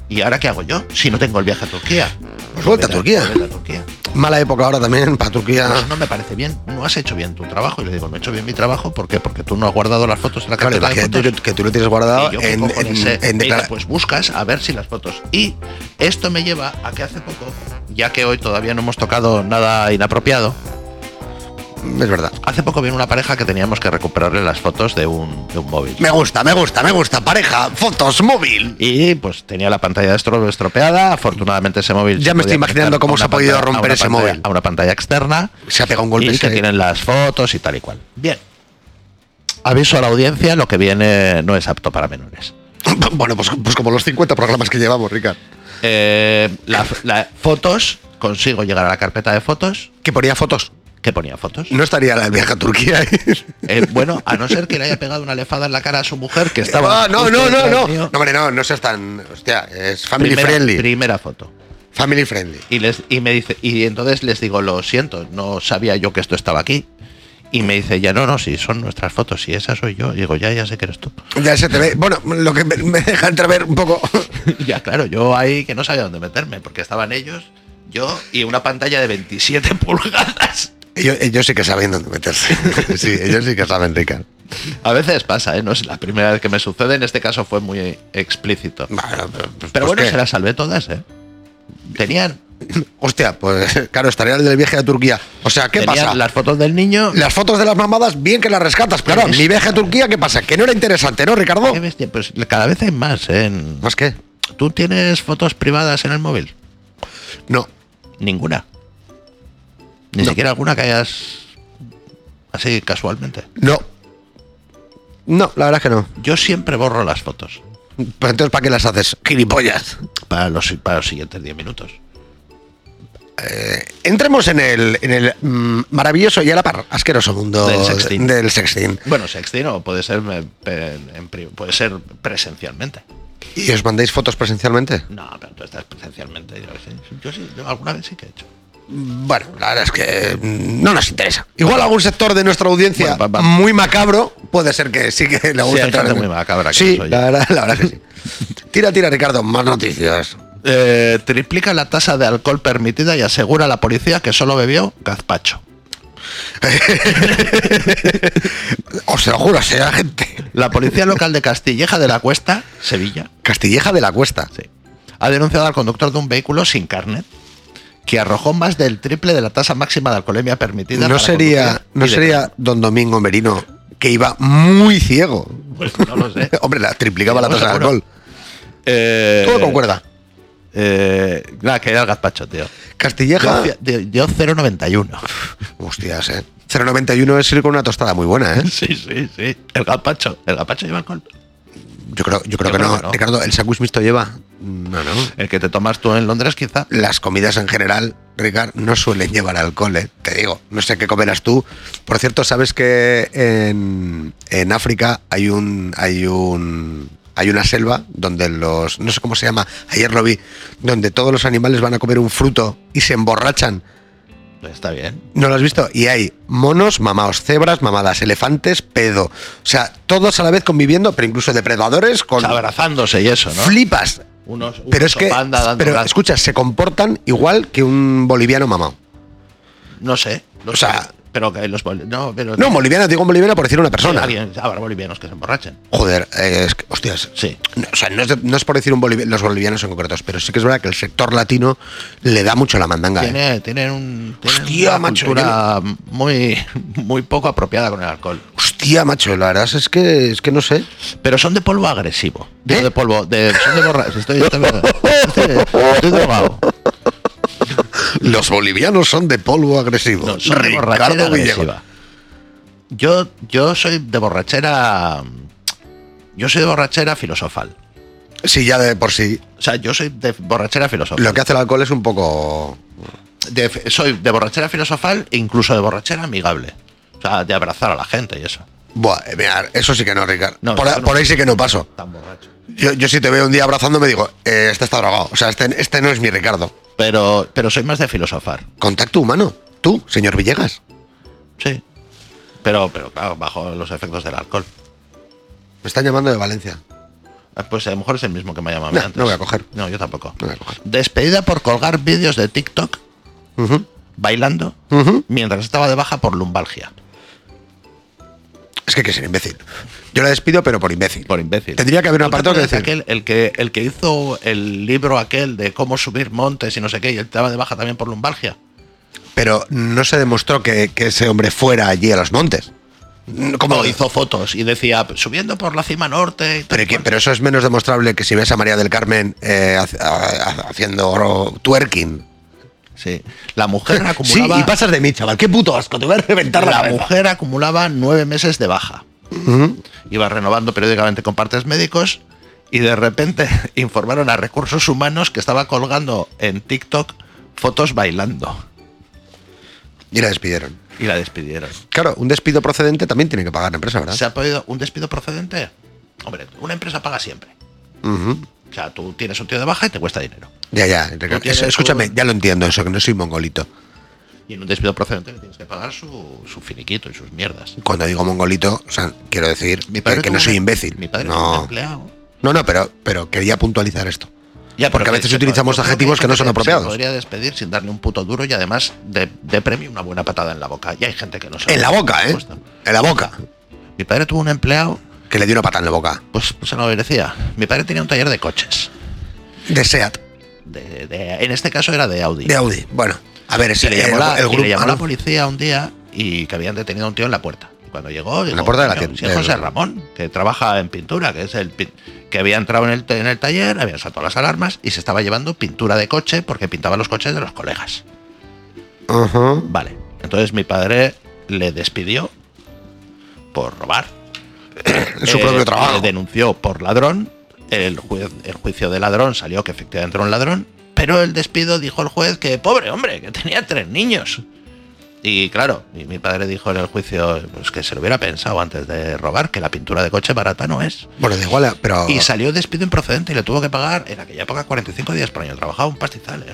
Speaker 5: ¿Y ahora qué hago yo si no tengo el viaje a Turquía?
Speaker 4: Pues vuelta a Turquía. Ah.
Speaker 5: vuelta a Turquía.
Speaker 4: Mala época ahora también para Turquía.
Speaker 5: Pues no me parece bien, no has hecho bien tu trabajo. Y le digo, no he hecho bien mi trabajo, ¿por qué? Porque tú no has guardado las fotos en la
Speaker 4: Claro,
Speaker 5: carpeta
Speaker 4: imagínate
Speaker 5: de fotos.
Speaker 4: que, que tú lo tienes guardado
Speaker 5: Y yo, ¿qué
Speaker 4: en, en,
Speaker 5: cojones sé?
Speaker 4: en
Speaker 5: Mira,
Speaker 4: declara-
Speaker 5: pues buscas a ver si las fotos. Y esto me lleva a que hace poco, ya que hoy todavía no hemos tocado nada inapropiado,
Speaker 4: Es verdad.
Speaker 5: Hace poco vino una pareja que teníamos que recuperarle las fotos de un, de un móvil.
Speaker 4: Me gusta, me gusta, me gusta. Pareja, fotos, móvil.
Speaker 5: Y pues tenía la pantalla estro- estropeada. Afortunadamente ese móvil.
Speaker 4: Ya
Speaker 5: se
Speaker 4: me estoy
Speaker 5: podía
Speaker 4: imaginando
Speaker 5: conectar
Speaker 4: cómo
Speaker 5: a
Speaker 4: se ha
Speaker 5: una
Speaker 4: podido
Speaker 5: pantalla- a
Speaker 4: romper
Speaker 5: una
Speaker 4: ese
Speaker 5: pantalla-
Speaker 4: móvil.
Speaker 5: A una pantalla externa.
Speaker 4: Se ha pegado un golpe
Speaker 5: Y
Speaker 4: ese.
Speaker 5: que tienen las fotos y tal y cual. Bien. Aviso a la audiencia, lo que viene no es apto para menores.
Speaker 4: Bueno, pues, pues como los 50 programas que llevamos, Ricardo.
Speaker 5: Eh, la- la- fotos, consigo llegar a la carpeta de fotos.
Speaker 4: Que ponía fotos.
Speaker 5: que ponía fotos?
Speaker 4: No estaría el viaje a Turquía. ¿eh?
Speaker 5: Eh, bueno, a no ser que le haya pegado una lefada en la cara a su mujer que estaba.
Speaker 4: Ah, no,
Speaker 5: justo
Speaker 4: no, no,
Speaker 5: detrás
Speaker 4: no. No,
Speaker 5: mío.
Speaker 4: hombre, no, no seas tan. Hostia, es family
Speaker 5: Primera-
Speaker 4: friendly.
Speaker 5: Primera foto.
Speaker 4: family friendly.
Speaker 5: Y, les, y me dice, y entonces les digo, lo siento, no sabía yo que esto estaba aquí. Y me dice, ya no, no, si son nuestras fotos, si esa soy yo. Y digo, ya, ya sé que eres tú.
Speaker 4: Ya se te ve. Bueno, lo que me- me deja entrever un poco.
Speaker 5: ya, claro, yo ahí que no sabía dónde meterme, porque estaban ellos, yo y una pantalla de 27 pulgadas.
Speaker 4: Ellos, ellos sí que saben dónde meterse. Sí, ellos sí que saben, Ricardo.
Speaker 5: A veces pasa, ¿eh? No es la primera vez que me sucede, en este caso fue muy explícito.
Speaker 4: Bueno, pues- pues
Speaker 5: Pero bueno,
Speaker 4: qué.
Speaker 5: se las salvé todas, ¿eh? Tenían,
Speaker 4: Hostia, pues claro, estaría el del viaje a Turquía. O sea, ¿qué
Speaker 5: tenían
Speaker 4: pasa?
Speaker 5: las fotos del niño.
Speaker 4: Las fotos de las mamadas, bien que las rescatas. Claro,
Speaker 5: Sí.
Speaker 4: mi viaje a Turquía, ¿qué pasa? Que no era interesante, ¿no, Ricardo?
Speaker 5: Qué bestia, Pues cada vez hay más, ¿eh? En-
Speaker 4: ¿Más qué?
Speaker 5: ¿Tú tienes fotos privadas en el móvil?
Speaker 4: No.
Speaker 5: Ninguna. Ni
Speaker 4: No.
Speaker 5: siquiera alguna que hayas así casualmente.
Speaker 4: No. No, la verdad es que no.
Speaker 5: Yo siempre borro las fotos
Speaker 4: Pero entonces, ¿para qué las haces? Gilipollas.
Speaker 5: para los, para los siguientes 10 minutos.
Speaker 4: Entremos en el, en el mm, maravilloso y a la par asqueroso mundo
Speaker 5: Del sexting.
Speaker 4: del sexting.
Speaker 5: Bueno, sexting o puede ser, eh, pe- en pri- puede ser presencialmente.
Speaker 4: ¿Y os mandéis fotos presencialmente?
Speaker 5: No, pero tú estás presencialmente. Yo, sí, yo sí, yo alguna vez sí que he hecho.
Speaker 4: Bueno, la verdad es que mm, no nos interesa. Igual algún sector de nuestra audiencia
Speaker 5: Bueno, va- va.
Speaker 4: muy macabro puede ser que sí que le gusta
Speaker 5: hay
Speaker 4: entrar
Speaker 5: gente
Speaker 4: en-
Speaker 5: muy macabra que
Speaker 4: Sí,
Speaker 5: nos oye.
Speaker 4: la verdad, la verdad que sí. Tira, tira, Ricardo, más noticias.
Speaker 5: Eh, triplica la tasa de alcohol permitida y asegura a la policía que solo bebió gazpacho.
Speaker 4: Os lo juro, será gente.
Speaker 5: La policía local de Castilleja de la Cuesta, Sevilla,
Speaker 4: Castilleja de la Cuesta.
Speaker 5: Sí. Ha denunciado al conductor de un vehículo sin carnet que arrojó más del triple de la tasa máxima de alcoholemia permitida.
Speaker 4: No
Speaker 5: para
Speaker 4: sería,
Speaker 5: conducir y
Speaker 4: no
Speaker 5: de
Speaker 4: sería don Domingo Merino, que iba muy ciego.
Speaker 5: Pues no lo sé.
Speaker 4: Hombre, la triplicaba la
Speaker 5: Vamos
Speaker 4: tasa de
Speaker 5: a
Speaker 4: alcohol.
Speaker 5: Eh,
Speaker 4: Todo concuerda.
Speaker 5: eh, nada, que era el gazpacho, tío.
Speaker 4: Castilleja.
Speaker 5: Yo, hacía- dio- dio 0,91.
Speaker 4: Hostias, eh. 091 es ir con una tostada muy buena, ¿eh?
Speaker 5: Sí, sí, sí. El gazpacho. El gazpacho lleva alcohol.
Speaker 4: Yo creo, yo creo que
Speaker 5: Yo creo
Speaker 4: no.
Speaker 5: que no.
Speaker 4: Ricardo, ¿el sándwich mixto lleva? No, no.
Speaker 5: El que te tomas tú en Londres, quizá.
Speaker 4: Las comidas en general, Ricardo, no suelen llevar alcohol, ¿eh? Te digo, no sé qué comerás tú. Por cierto, ¿sabes que en, en África hay un... Hay un hay una selva donde los, no sé cómo se llama, ayer lo vi, donde todos los animales van a comer un fruto y se emborrachan.
Speaker 5: Está bien.
Speaker 4: No lo has visto. Y hay monos, mamados, cebras, mamadas, elefantes, pedo. O sea, todos a la vez conviviendo, pero incluso depredadores con.
Speaker 5: Abrazándose y eso, ¿no?
Speaker 4: Flipas.
Speaker 5: Unos, un
Speaker 4: Pero es que.
Speaker 5: panda dando
Speaker 4: Pero
Speaker 5: brazos.
Speaker 4: escucha, se comportan igual que un boliviano mamado.
Speaker 5: No sé. no
Speaker 4: O sea,
Speaker 5: sé. Pero que los boli- no, pero
Speaker 4: No, boliviana, digo boliviana por decir una persona.
Speaker 5: Alguien- habrá bolivianos que se emborrachen.
Speaker 4: Joder, eh, es que, hostias.
Speaker 5: Sí.
Speaker 4: No, o sea, no es, de- no es por decir un bolivi- los bolivianos en concretos, pero sí que es verdad que el sector latino le da mucho la mandanga. ¿eh?
Speaker 5: Tiene, tienen un, tienen
Speaker 4: Hostia,
Speaker 5: una
Speaker 4: macho,
Speaker 5: cultura muy, muy poco apropiada con el alcohol.
Speaker 4: Hostia, macho, la verdad es que, es que no sé.
Speaker 5: Pero son de polvo agresivo. Digo,
Speaker 4: ¿Eh?
Speaker 5: de polvo, de, son de borracho. Estoy, estoy, estoy- estoy drogado.
Speaker 4: Los bolivianos son de polvo agresivo.
Speaker 5: No, son de borrachera
Speaker 4: Ricardo Villegas.
Speaker 5: agresiva. Yo, yo soy de borrachera. Yo soy de borrachera filosofal.
Speaker 4: Sí, ya de por sí.
Speaker 5: O sea, yo soy de borrachera filosofal.
Speaker 4: Lo que hace el alcohol es un poco.
Speaker 5: De- soy de borrachera filosofal e incluso de borrachera amigable. O sea, de abrazar a la gente y eso.
Speaker 4: Buah, eh, mira, eso sí que no, Ricardo.
Speaker 5: No,
Speaker 4: por,
Speaker 5: eso no.
Speaker 4: por ahí sí que no paso.
Speaker 5: Tan borracho.
Speaker 4: Yo, yo si te veo un día abrazando me digo, eh, este está drogado. O sea, este, este no es mi Ricardo.
Speaker 5: Pero, pero soy más de filosofar.
Speaker 4: Contacto humano. Tú, señor Villegas.
Speaker 5: Sí. Pero, pero claro, bajo los efectos del alcohol.
Speaker 4: Me están llamando de Valencia.
Speaker 5: Ah, Pues a lo mejor es el mismo que me ha llamado a mí
Speaker 4: No,
Speaker 5: antes.
Speaker 4: no voy a coger.
Speaker 5: No, yo tampoco.
Speaker 4: No voy a coger.
Speaker 5: Despedida por colgar vídeos de TikTok
Speaker 4: Ujú.
Speaker 5: bailando
Speaker 4: Ujú.
Speaker 5: mientras estaba de baja por lumbalgia.
Speaker 4: Es que hay que ser imbécil. Yo la despido, pero por imbécil.
Speaker 5: Por imbécil.
Speaker 4: Tendría que haber un
Speaker 5: ¿Tú te
Speaker 4: apartado que
Speaker 5: acuerdas
Speaker 4: decir.
Speaker 5: de aquel- el, que, el que hizo el libro aquel de cómo subir montes y no sé qué, y él estaba de baja también por lumbalgia.
Speaker 4: Pero no se demostró que, que ese hombre fuera allí a los montes. Como
Speaker 5: Como hizo fotos y decía, subiendo por la cima norte. y tal
Speaker 4: Pero,
Speaker 5: y
Speaker 4: que-
Speaker 5: cual".
Speaker 4: pero eso es menos demostrable que si ves a María del Carmen eh, hac- a- haciendo oro- twerking.
Speaker 5: Sí. La mujer
Speaker 4: Sí,
Speaker 5: acumulaba.
Speaker 4: y pasas de mí, chaval. Qué puto asco, te voy a reventar la,
Speaker 5: la
Speaker 4: cabeza.
Speaker 5: mujer acumulaba nueve meses de baja. Iba renovando periódicamente con partes médicos y de repente informaron a recursos humanos que estaba colgando en TikTok fotos bailando
Speaker 4: Y la despidieron.
Speaker 5: y la despidieron.
Speaker 4: Claro, un despido procedente también tiene que pagar la empresa, ¿verdad?
Speaker 5: ¿Se ha podido un despido procedente? Hombre, una empresa paga siempre.
Speaker 4: Ujú.
Speaker 5: O sea, tú tienes un tío de baja y te cuesta dinero.
Speaker 4: Ya, ya. Ricardo.
Speaker 5: tienes
Speaker 4: Eso- escúchame,
Speaker 5: un-
Speaker 4: ya lo entiendo eso, que no soy mongolito.
Speaker 5: Y en un despido procedente le tienes que pagar su, su finiquito y sus mierdas.
Speaker 4: Cuando digo mongolito, o sea, quiero decir que, que
Speaker 5: tuvo
Speaker 4: no
Speaker 5: un- em-
Speaker 4: soy imbécil.
Speaker 5: Mi padre tuvo un
Speaker 4: no.
Speaker 5: empleado.
Speaker 4: no, no, pero, pero quería puntualizar esto.
Speaker 5: Ya,
Speaker 4: Porque
Speaker 5: pero
Speaker 4: a veces
Speaker 5: se-
Speaker 4: utilizamos
Speaker 5: yo creo
Speaker 4: adjetivos
Speaker 5: hay
Speaker 4: que no
Speaker 5: gente
Speaker 4: son
Speaker 5: se
Speaker 4: apropiados.
Speaker 5: podría despedir sin darle un puto duro y además de, de premio una buena patada en la boca. Y hay gente que no sabe.
Speaker 4: En la boca, ¿eh?
Speaker 5: Pues no.
Speaker 4: En la boca.
Speaker 5: Mi padre tuvo un empleado,
Speaker 4: Que le dio una pata en la boca.
Speaker 5: pues, pues se lo merecía. Mi padre tenía un taller de coches.
Speaker 4: De SEAT,
Speaker 5: De- de- en este caso era de Audi.
Speaker 4: de Audi. Bueno, a ver,
Speaker 5: Y
Speaker 4: si
Speaker 5: le llamó, la, y le llamó la
Speaker 4: ah, no.
Speaker 5: policía un día y que habían detenido a un tío en la puerta. Y cuando llegó, dijo,
Speaker 4: la puerta de la
Speaker 5: "Coño,
Speaker 4: tienda-
Speaker 5: si es José
Speaker 4: del-
Speaker 5: Ramón, que trabaja en pintura, que es el pin- que había entrado en el, t- en el taller, había saltado las alarmas y se estaba llevando pintura de coche porque pintaba los coches de los colegas.
Speaker 4: Ajá.
Speaker 5: Vale. Entonces mi padre le despidió por robar.
Speaker 4: En su
Speaker 5: Eh,
Speaker 4: propio trabajo.
Speaker 5: Le denunció por ladrón. El, juez, el juicio de ladrón salió que efectivamente era un ladrón. Pero el despido dijo el juez que, pobre hombre, que tenía tres niños. Y claro, y mi padre dijo en el juicio pues, que se lo hubiera pensado antes de robar, que la pintura de coche barata no es.
Speaker 4: Bueno, de igual, pero.
Speaker 5: Y salió despido improcedente y le tuvo que pagar en aquella época 45 días por año. Trabajaba un pastizal, ¿eh?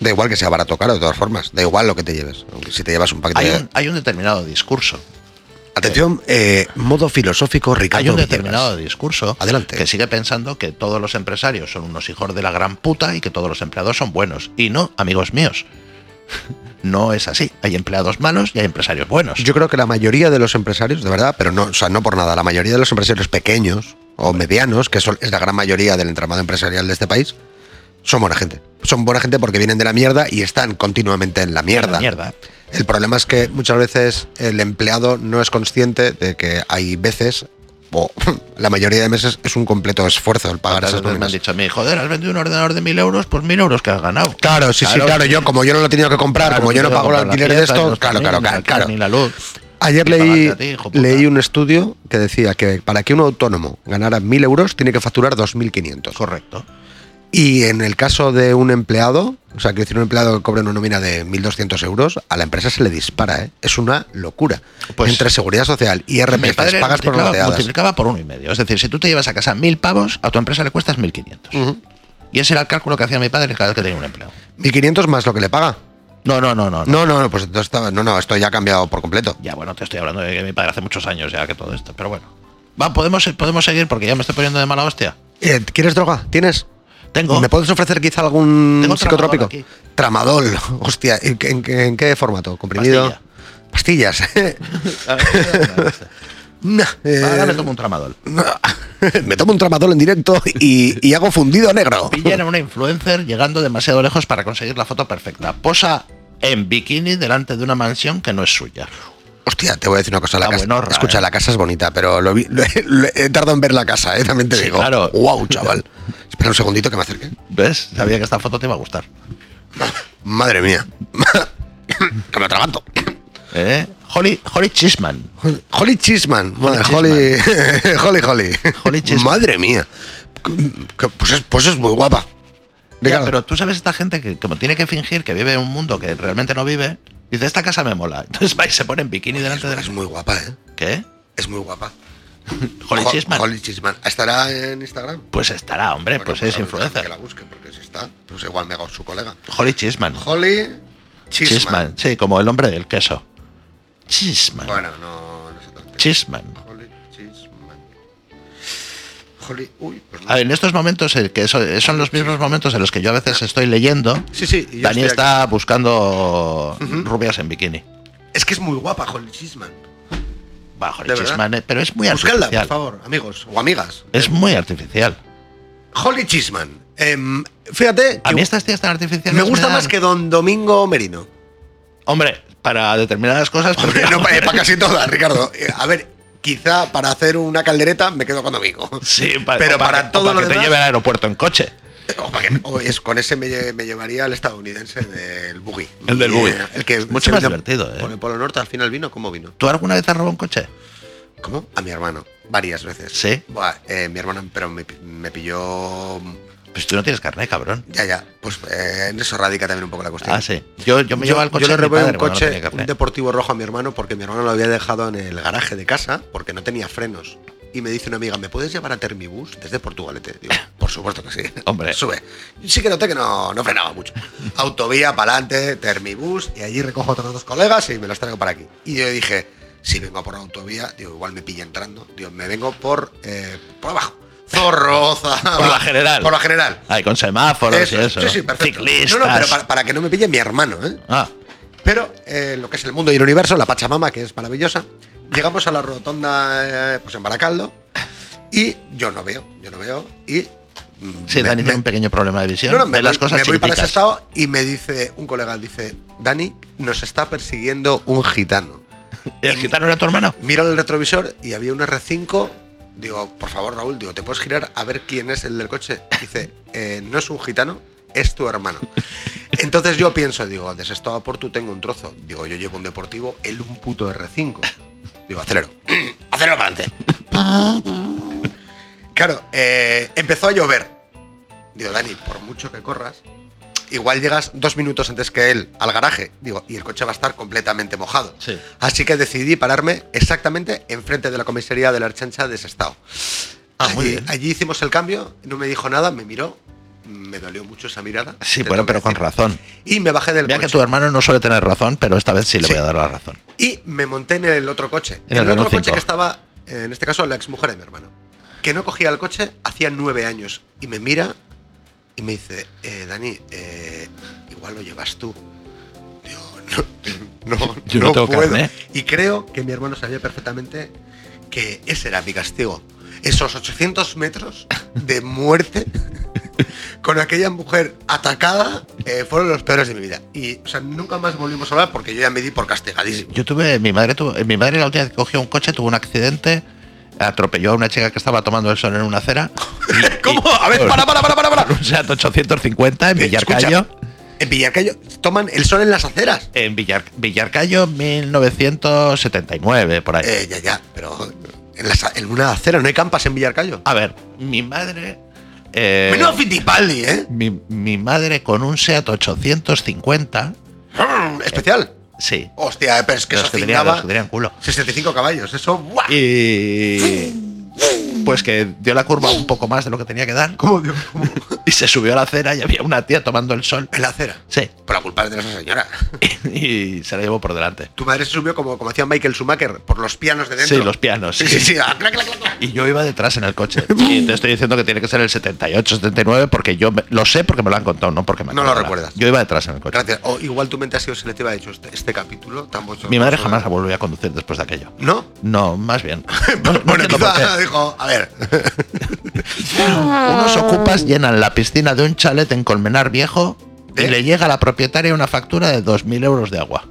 Speaker 4: Da igual que sea barato o caro, de todas formas. Da igual lo que te lleves. Aunque Si te llevas un paquete
Speaker 5: Hay
Speaker 4: de.
Speaker 5: un, hay un determinado discurso
Speaker 4: Atención, eh, modo filosófico, Ricardo.
Speaker 5: Hay un
Speaker 4: Villegas.
Speaker 5: determinado discurso
Speaker 4: Adelante.
Speaker 5: que sigue pensando que todos los empresarios son unos hijos de la gran puta y que todos los empleados son buenos. Y no, amigos míos. No es así. Hay empleados malos y hay empresarios buenos.
Speaker 4: Yo creo que la mayoría de los empresarios, de verdad, pero no, o sea, no por nada, la mayoría de los empresarios pequeños o medianos, que son, es la gran mayoría del entramado empresarial de este país, son buena gente. Son buena gente porque vienen de la mierda y están continuamente en la mierda.
Speaker 5: La mierda.
Speaker 4: El problema es que muchas veces el empleado no es consciente de que hay veces, o la mayoría de meses, es un completo esfuerzo el pagar
Speaker 5: ¿Cuántas
Speaker 4: esas
Speaker 5: veces me han
Speaker 4: nóminas.
Speaker 5: dicho a mí, joder, has vendido un ordenador de mil euros, pues mil euros que has ganado.
Speaker 4: Claro, sí, sí, claro. Yo, como yo no lo he tenido que comprar,
Speaker 5: Claro,
Speaker 4: como yo no
Speaker 5: tengo que
Speaker 4: pago el
Speaker 5: comprar las
Speaker 4: alquiler de
Speaker 5: piezas,
Speaker 4: esto,
Speaker 5: los
Speaker 4: claro, claro,
Speaker 5: tornillos,
Speaker 4: claro,
Speaker 5: ni la-
Speaker 4: claro.
Speaker 5: Ni la luz.
Speaker 4: Ayer
Speaker 5: Pagarte
Speaker 4: leí,
Speaker 5: a ti, hijo puta.
Speaker 4: leí un estudio que decía que para que un autónomo ganara 1.000 euros tiene que facturar 2.500.
Speaker 5: Correcto.
Speaker 4: Y en el caso de un empleado, o sea, que decir un empleado que cobra una nómina de 1.200 euros, a la empresa se le dispara, ¿eh? Es una locura.
Speaker 5: Pues-
Speaker 4: Entre seguridad social y
Speaker 5: Mi
Speaker 4: RPC,
Speaker 5: padre
Speaker 4: pagas por
Speaker 5: multiplicaba,
Speaker 4: novedades.
Speaker 5: multiplicaba por uno y medio. Es decir, si tú te llevas a casa mil pavos, a tu empresa le cuestas mil quinientos. Y ese era el cálculo que hacía mi padre cada vez que tenía un empleo.
Speaker 4: 1.500 más lo que le paga.
Speaker 5: No, no, no, no. no.
Speaker 4: No, no, no, pues entonces estaba- no, no, esto ya ha cambiado por completo.
Speaker 5: Ya, bueno, te estoy hablando de que mi padre hace muchos años ya que todo esto, pero bueno. Va, podemos, podemos seguir porque ya me estoy poniendo de mala hostia.
Speaker 4: Eh, ¿Quieres droga? ¿Tienes?
Speaker 5: Tengo.
Speaker 4: ¿Me puedes ofrecer quizá algún
Speaker 5: Tengo tramadol
Speaker 4: psicotrópico?
Speaker 5: aquí.
Speaker 4: Tramadol, hostia, ¿en, qué- en qué- en qué formato? ¿Comprimido?
Speaker 5: Pastilla.
Speaker 4: pastillas.
Speaker 5: Ah,
Speaker 4: No, eh,
Speaker 5: Ahora me tomo un tramadol.
Speaker 4: me tomo un tramadol en directo y, y hago fundido negro.
Speaker 5: Pillan a una influencer llegando demasiado lejos para conseguir la foto perfecta. Posa en bikini delante de una mansión que no es suya.
Speaker 4: Hostia, te voy a decir una cosa. La
Speaker 5: La
Speaker 4: casa,
Speaker 5: buenorra,
Speaker 4: escucha,
Speaker 5: eh.
Speaker 4: la casa es bonita, pero lo vi- lo he- lo he tardado en ver la casa, eh, también te
Speaker 5: Sí,
Speaker 4: digo.
Speaker 5: claro.
Speaker 4: Wow, chaval. Espera un segundito que me acerque.
Speaker 5: ¿Ves? Sabía que esta foto te iba a gustar.
Speaker 4: Madre mía. que me atraganto.
Speaker 5: ¿Eh? Holly, Holly Chisman.
Speaker 4: Holly Chisman. Madre, Holly,
Speaker 5: Holly
Speaker 4: Holly, Holly.
Speaker 5: Holly Chisman.
Speaker 4: Madre mía. Que- Pues es, pues es muy guapa.
Speaker 5: Ya,
Speaker 4: Ricardo.
Speaker 5: pero tú sabes esta gente que como tiene que fingir que vive en un mundo que realmente no vive, dice, esta casa me mola. Entonces va y se pone en bikini delante de la...
Speaker 4: Es muy guapa, ¿eh?
Speaker 5: ¿Qué?
Speaker 4: Es muy guapa.
Speaker 5: Holly
Speaker 4: Jo-
Speaker 5: Chisman.
Speaker 4: Holly Chisman. ¿Estará en Instagram?
Speaker 5: Pues estará, hombre,
Speaker 4: Bueno,
Speaker 5: pues
Speaker 4: a ver,
Speaker 5: es
Speaker 4: Que la
Speaker 5: influencer.
Speaker 4: busque, porque si está, pues igual me hago su colega.
Speaker 5: Holly Chisman.
Speaker 4: Holly Chisman.
Speaker 5: Chisman. Sí, como el hombre del queso. Chisman.
Speaker 4: Bueno, no, no sé tanto.
Speaker 5: Chisman.
Speaker 4: Holly Chisman. Holly. Uy, pues no.
Speaker 5: A ver, en estos momentos, eh, que son, son los mismos momentos en los que yo a veces estoy leyendo,
Speaker 4: Sí, sí, y yo
Speaker 5: Dani
Speaker 4: estoy
Speaker 5: está buscando rubias en bikini.
Speaker 4: Es que es muy guapa Holly Chisman.
Speaker 5: Bajo
Speaker 4: ¿De
Speaker 5: el
Speaker 4: verdad?
Speaker 5: chisman, eh, pero es muy
Speaker 4: Buscadla, por
Speaker 5: artificial.
Speaker 4: favor, amigos o amigas.
Speaker 5: Es muy artificial.
Speaker 4: Holly Chisman. Em, fíjate,
Speaker 5: A
Speaker 4: que
Speaker 5: mí estas tías tan artificiales
Speaker 4: me gusta
Speaker 5: dan-
Speaker 4: más que Don Domingo Merino.
Speaker 5: Hombre, para determinadas cosas... pero-
Speaker 4: Hombre, no, eh, para, casi todas, Ricardo. Eh, A ver, quizá para hacer una caldereta me quedo con Domingo.
Speaker 5: Sí, pa-
Speaker 4: pero
Speaker 5: o pa-
Speaker 4: para
Speaker 5: o
Speaker 4: todo lo
Speaker 5: que te
Speaker 4: demás-
Speaker 5: lleve al aeropuerto en coche.
Speaker 4: O para que- o es, con ese me, lle- me llevaría el estadounidense del buggy.
Speaker 5: El del
Speaker 4: Eh,
Speaker 5: buggy.
Speaker 4: el que
Speaker 5: Mucho
Speaker 4: se
Speaker 5: más
Speaker 4: vino
Speaker 5: divertido, ¿eh?
Speaker 4: Por el Polo Norte al final vino, ¿cómo vino?
Speaker 5: ¿Tú alguna vez has robado un coche?
Speaker 4: ¿Cómo? A mi hermano, varias veces.
Speaker 5: Sí.
Speaker 4: Buah, eh, mi hermano, pero me, pi- me pilló...
Speaker 5: Pues tú no tienes carnet, cabrón.
Speaker 4: Ya, ya. Pues eh, en eso radica también un poco la cuestión.
Speaker 5: Ah, sí. Yo, yo me llevaba el coche
Speaker 4: le
Speaker 5: de mi
Speaker 4: robé
Speaker 5: padre
Speaker 4: un
Speaker 5: cuando no
Speaker 4: coche,
Speaker 5: tenía carnet.
Speaker 4: un deportivo rojo a mi hermano porque mi hermano lo había dejado en el garaje de casa porque no tenía frenos. Y me dice una amiga, ¿me puedes llevar a Termibus desde Portugalete? Digo, por supuesto que sí.
Speaker 5: Hombre.
Speaker 4: Sube. Sí que noté que no, no frenaba mucho. Autovía, para adelante, Termibus, y allí recojo a otros dos colegas y me los traigo para aquí. Y yo dije, si vengo por autovía, digo, igual me pilla entrando. Digo, me vengo por, eh, por abajo. Zorroza.
Speaker 5: Por la general. Ah,
Speaker 4: Por la general.
Speaker 5: Ay, con semáforos y
Speaker 4: Eso,
Speaker 5: eso.
Speaker 4: Sí, sí, perfecto.
Speaker 5: Ciclistas.
Speaker 4: No, no, pero para, para que no me pille mi hermano, ¿eh?
Speaker 5: Ah,
Speaker 4: Pero eh, lo que es el mundo y el universo, la Pachamama, que es maravillosa, llegamos a la rotonda eh, pues en Baracaldo y yo no veo, yo no veo y... mm,
Speaker 5: sí,
Speaker 4: me-
Speaker 5: Dani
Speaker 4: me-
Speaker 5: tiene un pequeño problema de visión.
Speaker 4: no, no,
Speaker 5: Ve
Speaker 4: me, voy-
Speaker 5: las cosas
Speaker 4: me voy para ese
Speaker 5: chiquiticas.
Speaker 4: estado y me dice un colega, dice, Dani, nos está persiguiendo un gitano.
Speaker 5: ¿El gitano era tu hermano?
Speaker 4: Miro el retrovisor y había un R5, digo, por favor Raúl, digo, ¿te puedes girar a ver quién es el del coche? Dice, "Eh, no es un gitano, es tu hermano. Entonces yo pienso, digo, de Sestao por tú tengo un trozo. Digo, yo llevo un deportivo, él un puto R5. Digo, acelero. acelero para adelante. Claro, eh, empezó a llover. Digo, Dani, por mucho que corras, igual llegas dos minutos antes que él al garaje. Digo, y el coche va a estar completamente mojado.
Speaker 5: Sí.
Speaker 4: Así que decidí pararme exactamente enfrente de la comisaría de la Archancha de Sestao.
Speaker 5: Ah, muy
Speaker 4: allí,
Speaker 5: bien.
Speaker 4: allí hicimos el cambio, no me dijo nada, me miró, me dolió mucho esa mirada.
Speaker 5: Sí,
Speaker 4: te
Speaker 5: bueno,
Speaker 4: tengo que
Speaker 5: pero con
Speaker 4: decir.
Speaker 5: razón.
Speaker 4: Y me bajé del
Speaker 5: Mira que
Speaker 4: coche.
Speaker 5: tu hermano no suele tener razón, pero esta vez sí le
Speaker 4: Sí.
Speaker 5: voy a dar la razón.
Speaker 4: Y me monté en el otro coche. En
Speaker 5: En el
Speaker 4: el, otro
Speaker 5: Renault
Speaker 4: coche
Speaker 5: 5.
Speaker 4: que estaba, eh, en este caso, la exmujer de mi hermano. Que no cogía el coche hacía nueve años. Y me mira y me dice, eh, Dani, eh, igual lo llevas tú. Digo, no, no,
Speaker 5: Yo no
Speaker 4: no
Speaker 5: tengo
Speaker 4: puedo.
Speaker 5: carné.
Speaker 4: Y creo que mi hermano sabía perfectamente que ese era mi castigo. Esos 800 metros de muerte con aquella mujer atacada eh, fueron los peores de mi vida. Y, o sea, nunca más volvimos a hablar porque yo ya me di por castigadísimo.
Speaker 5: Yo tuve, mi madre tuvo, mi madre la última vez que cogió un coche tuvo un accidente, atropelló a una chica que estaba tomando el sol en una acera. y-
Speaker 4: ¿Cómo?
Speaker 5: y-
Speaker 4: A ver, para, para, para, para, para.
Speaker 5: Un Seat 850 en Villarcayo.
Speaker 4: Escucha, En Villarcayo toman el sol en las aceras.
Speaker 5: En Villar, Villarcayo 1979, por ahí.
Speaker 4: Eh, ya, ya, pero en, las- en una acera no hay campas en Villarcayo.
Speaker 5: A ver, mi madre... eh,
Speaker 4: Menudo Fittipaldi, ¿eh?
Speaker 5: mi, mi madre con un Seat 850, Eh.
Speaker 4: Especial.
Speaker 5: sí.
Speaker 4: Hostia, eh, pero es que
Speaker 5: de
Speaker 4: eso
Speaker 5: los que tenía- de los
Speaker 4: cingaba
Speaker 5: que tenían culo.
Speaker 4: 65 caballos, eso, ¡buah!
Speaker 5: Y. pues que dio la curva un poco más de lo que tenía que dar
Speaker 4: ¿Cómo, Dios? ¿Cómo?
Speaker 5: y se subió a la acera y había una tía tomando el sol.
Speaker 4: En la acera.
Speaker 5: Sí.
Speaker 4: Por la culpa es de esa señora.
Speaker 5: Y se la llevó por delante.
Speaker 4: Tu madre se subió como, como hacía Michael Schumacher, por los pianos de dentro.
Speaker 5: Sí, los pianos.
Speaker 4: Sí,
Speaker 5: Sí,
Speaker 4: sí,
Speaker 5: sí.
Speaker 4: sí. Ah, clac, clac, clac, clac.
Speaker 5: Y yo iba detrás en el coche. Y te estoy diciendo que tiene que ser el 78, 79, porque yo me- lo sé porque me lo han contado, no porque me
Speaker 4: No lo
Speaker 5: acuerdo.
Speaker 4: recuerdas.
Speaker 5: Yo iba detrás en el coche.
Speaker 4: Gracias. O igual tu mente ha sido selectiva, ha hecho este, este capítulo tan bochornoso.
Speaker 5: Mi madre jamás volvió a conducir después de aquello.
Speaker 4: ¿No?
Speaker 5: No, más bien. No- no
Speaker 4: Bueno,
Speaker 5: entiendo por
Speaker 4: quizá
Speaker 5: qué.
Speaker 4: dijo, a ver.
Speaker 5: Unos ocupas llenan la piscina de un chalet en Colmenar Viejo y
Speaker 4: ¿Eh?
Speaker 5: le llega a la propietaria una factura de 2.000 euros de agua.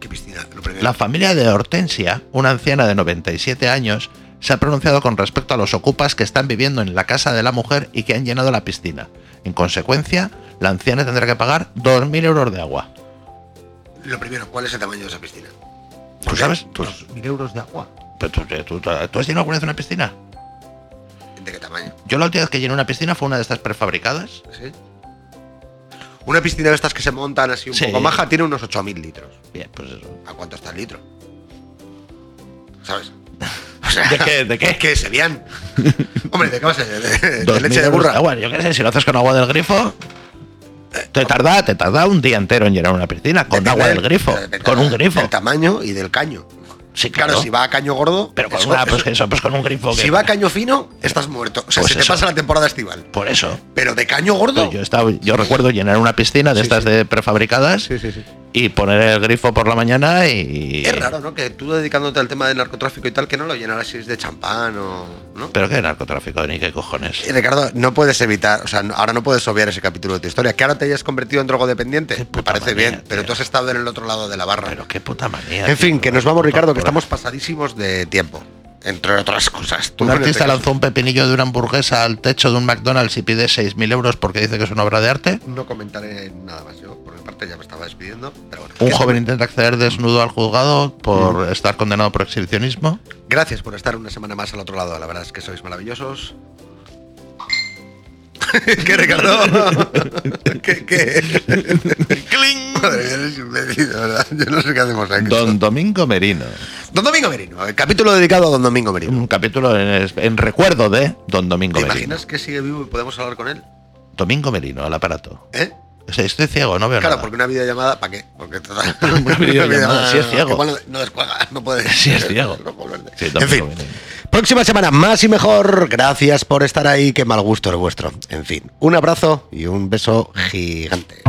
Speaker 4: ¿Qué piscina? Lo primero.
Speaker 5: La familia de Hortensia, una anciana de 97 años, se ha pronunciado con respecto a los ocupas que están viviendo en la casa de la mujer y que han llenado la piscina. En consecuencia, la anciana tendrá que pagar 2.000 euros de agua.
Speaker 4: Lo primero, ¿cuál es el tamaño de esa piscina?
Speaker 5: ¿Tú sabes? Pues ¿Tú,
Speaker 4: Mil euros de agua.
Speaker 5: pero tú- tú- tú- tú has llenado alguna vez una piscina?
Speaker 4: ¿De qué tamaño?
Speaker 5: Yo la última vez que llené una piscina fue una de estas prefabricadas.
Speaker 4: ¿Sí? Una piscina de estas que se montan así un
Speaker 5: Sí.
Speaker 4: poco maja tiene unos 8.000 litros.
Speaker 5: Bien, pues eso.
Speaker 4: ¿A cuánto está el litro? ¿Sabes? O sea,
Speaker 5: ¿De qué? ¿De qué?
Speaker 4: Que se vean. Hombre, ¿de qué vas a ser? ¿De, de
Speaker 5: 2.000
Speaker 4: Eh, leche de
Speaker 5: euros
Speaker 4: burra?
Speaker 5: agua. Yo qué sé, si lo haces con agua del grifo... Te tarda, te tarda un día entero en llenar una piscina con
Speaker 4: Depende
Speaker 5: agua del grifo,
Speaker 4: depende
Speaker 5: con un
Speaker 4: del-
Speaker 5: grifo.
Speaker 4: Del tamaño y del caño.
Speaker 5: Sí,
Speaker 4: Claro, si va a caño gordo.
Speaker 5: Pero con
Speaker 4: eso-
Speaker 5: una,
Speaker 4: eso-
Speaker 5: pues eso, pues con un grifo. que-
Speaker 4: si va a caño fino, estás muerto. O sea,
Speaker 5: Pues
Speaker 4: se te
Speaker 5: eso.
Speaker 4: pasa la temporada estival.
Speaker 5: Por eso. Pues
Speaker 4: Pero de caño gordo.
Speaker 5: Yo, estaba, yo recuerdo llenar una piscina de estas de prefabricadas y poner el grifo por la mañana y.
Speaker 4: Es raro, ¿no? Que tú dedicándote al tema del narcotráfico y tal, que no lo llenaras de champán o. ¿no?
Speaker 5: Pero qué narcotráfico, ni qué cojones.
Speaker 4: Eh, Ricardo, no puedes evitar, o sea, no- ahora no puedes obviar ese capítulo de tu historia. Que ahora te hayas convertido en drogodependiente, me
Speaker 5: puta
Speaker 4: parece
Speaker 5: manía,
Speaker 4: bien, pero
Speaker 5: tío.
Speaker 4: tú has estado en el otro lado de la barra.
Speaker 5: Pero qué puta manía.
Speaker 4: en
Speaker 5: tío,
Speaker 4: fin, que
Speaker 5: qué
Speaker 4: nos vamos,
Speaker 5: puta
Speaker 4: Ricardo, que
Speaker 5: locura.
Speaker 4: estamos pasadísimos de tiempo. Entre otras cosas. Tú
Speaker 5: Un
Speaker 4: en este
Speaker 5: artista
Speaker 4: caso-
Speaker 5: lanzó un pepinillo de una hamburguesa al techo de un McDonald's y pide 6.000 euros porque dice que es una obra de arte.
Speaker 4: No comentaré nada más yo, por mi parte ya me estaba despidiendo, pero bueno.
Speaker 5: Un
Speaker 4: Que- Mm.
Speaker 5: joven intenta acceder desnudo al juzgado por estar condenado por exhibicionismo.
Speaker 4: Gracias por estar una semana más al otro lado, la verdad es que sois maravillosos. ¿Qué, Ricardo? ¿Qué? qué? Madre mía, eres imbécil, de ¿verdad? Yo no sé qué hacemos aquí.
Speaker 5: Don Domingo Merino.
Speaker 4: Don Domingo Merino, el capítulo dedicado a Don Domingo Merino.
Speaker 5: Un capítulo en, en recuerdo de Don Domingo
Speaker 4: ¿Te
Speaker 5: Merino.
Speaker 4: imaginas que sigue vivo y podemos hablar con él?
Speaker 5: Domingo Merino, al aparato.
Speaker 4: ¿Eh?
Speaker 5: O sea, estoy ciego, no veo
Speaker 4: Claro,
Speaker 5: nada.
Speaker 4: porque una videollamada, ¿para qué? Porque total,
Speaker 5: Una videollamada, si es ciego.
Speaker 4: Igual no- no descuelga, no puede.
Speaker 5: Sí, es ciego.
Speaker 4: No puedo hablar de-
Speaker 5: Sí,
Speaker 4: en
Speaker 5: tampoco
Speaker 4: fin,
Speaker 5: viene.
Speaker 4: próxima semana más y mejor. Gracias por estar ahí, qué mal gusto el vuestro. En fin, un abrazo y un beso gigante.